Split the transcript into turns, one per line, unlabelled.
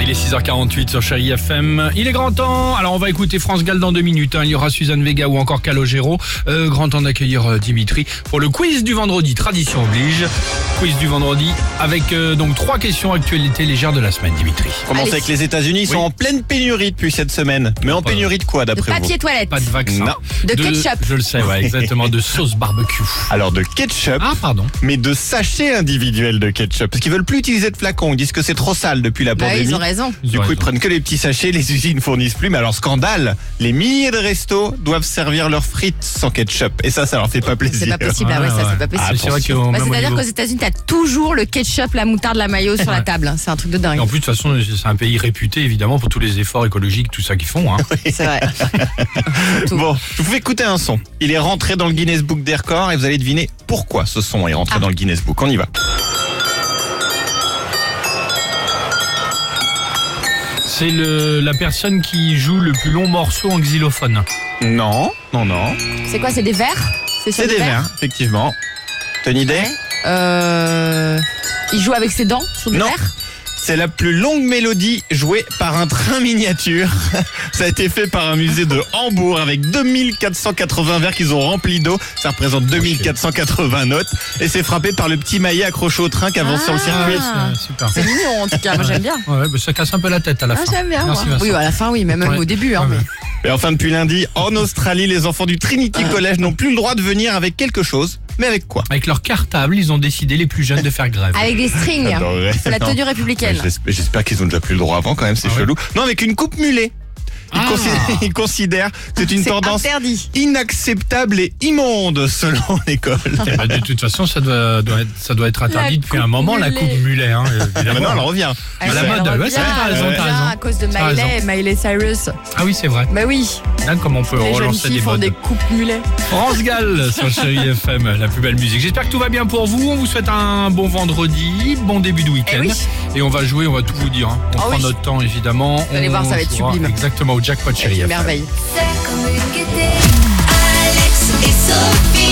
6h48 sur Chéri FM. Il est grand temps. Alors on va écouter France Gall dans deux minutes. hein. Il y aura Suzanne Vega ou encore Calogero. Euh, grand temps d'accueillir euh, Dimitri pour le quiz du vendredi. Tradition oblige. Quiz du vendredi avec euh, donc trois questions actualité légère de la semaine, Dimitri.
Commence
Allez.
avec les États-Unis, ils sont
Oui.
en pleine pénurie depuis cette semaine. Mais en
Pas-
pénurie de quoi
De
d'après vous
papier toilette.
Pas de vaccin.
Non.
De ketchup.
Je le sais, ouais, exactement. De sauce barbecue.
Alors de ketchup,
Ah pardon.
mais de sachets individuels de ketchup. Parce qu'ils veulent plus utiliser de flacons, ils disent que c'est trop sale depuis la
Bah oui,
pandémie.
ils ont raison.
du coup, ils prennent que les petits sachets, les usines fournissent plus. Mais alors, scandale, les milliers de restos doivent servir leurs frites sans ketchup. Et ça, ça leur fait pas plaisir.
C'est pas possible. Ah ouais, ça, c'est pas possible.
C'est vrai qu'au
Bah,
même au
C'est-à-dire
niveau-
qu'aux États-Unis, t'as toujours le ketchup, la moutarde, la mayo sur la
Ouais.
table. C'est un truc de dingue.
Et En plus, de toute façon, c'est un pays réputé, évidemment, pour tous les efforts écologiques, tout ça qu'ils font. hein.
C'est vrai. tout.
Bon, je vous fais écouter un son. Il est rentré dans le Guinness Book des records et vous allez deviner pourquoi ce son est rentré
Ah.
dans le Guinness Book. On y va.
C'est le- la personne qui joue le plus long morceau en xylophone.
Non, non, non.
C'est quoi C'est des verres sur
C'est des verres, effectivement. T'as une idée
Euh, il joue avec ses dents sur des
Non.
verres
C'est la plus longue mélodie jouée par un train miniature. Ça a été fait par un musée de Hambourg avec 2480 verres qu'ils ont remplis d'eau. Ça représente 2480 notes. Et c'est frappé par le petit maillet accroché au train qui avance sur le
Ah.
circuit.
c'est- euh, super.
C'est mignon en tout cas, moi j'aime bien.
Ouais, bah, ça casse un peu la tête à la
Ah,
fin.
j'aime bien.
Merci,
moi.
Vincent.
Oui, à la fin, oui, mais même
Ouais.
au début. Hein,
Ouais,
mais-
ouais.
Et enfin, depuis lundi, en Australie, les enfants du Trinity College n'ont plus le droit de venir avec quelque chose. Mais avec quoi
Avec leur cartable, ils ont décidé, les plus jeunes, de faire grève.
Avec des strings.
J'adorerais.
C'est la
Ah, bah Non.
tenue républicaine.
Ouais, j'esp- J'espère qu'ils ont déjà plus le droit avant quand même, c'est
Ah ouais.
chelou. Non, avec une coupe mulet. Ils,
Ah.
considèrent, ils considèrent que c'est une
C'est
tendance
interdit.
inacceptable et immonde selon l'école.
Bah, de toute façon, ça doit, doit être, ça doit être interdit
La
depuis un
coupe
moment, la
mulet.
coupe mulet. hein, évidemment.
Maintenant, Bah elle revient.
À la
Elle
mode,
revient,
ouais, c'est vrai, t'as raison,
elle
t'as
revient
raison.
À cause de
T'as
Miley, Miley Cyrus.
Ah oui, c'est vrai.
Bah oui,
Là, comment on peut
les jeunes
relancer
filles
des
font
modes.
des coupes mulets.
France Gall sur Chéri FM, la plus belle musique. J'espère que tout va bien pour vous. On vous souhaite un bon vendredi, bon début de week-end.
Eh oui.
Et on va jouer, on va tout vous dire. hein. On
Ah
prend
oui.
notre temps, évidemment.
Vous allez
On
voir, ça va être
jouera
sublime.
Exactement, au jackpot Chéri
C'est une
FM.
merveille.
C'est comme une gaieté. Alex et Sophie.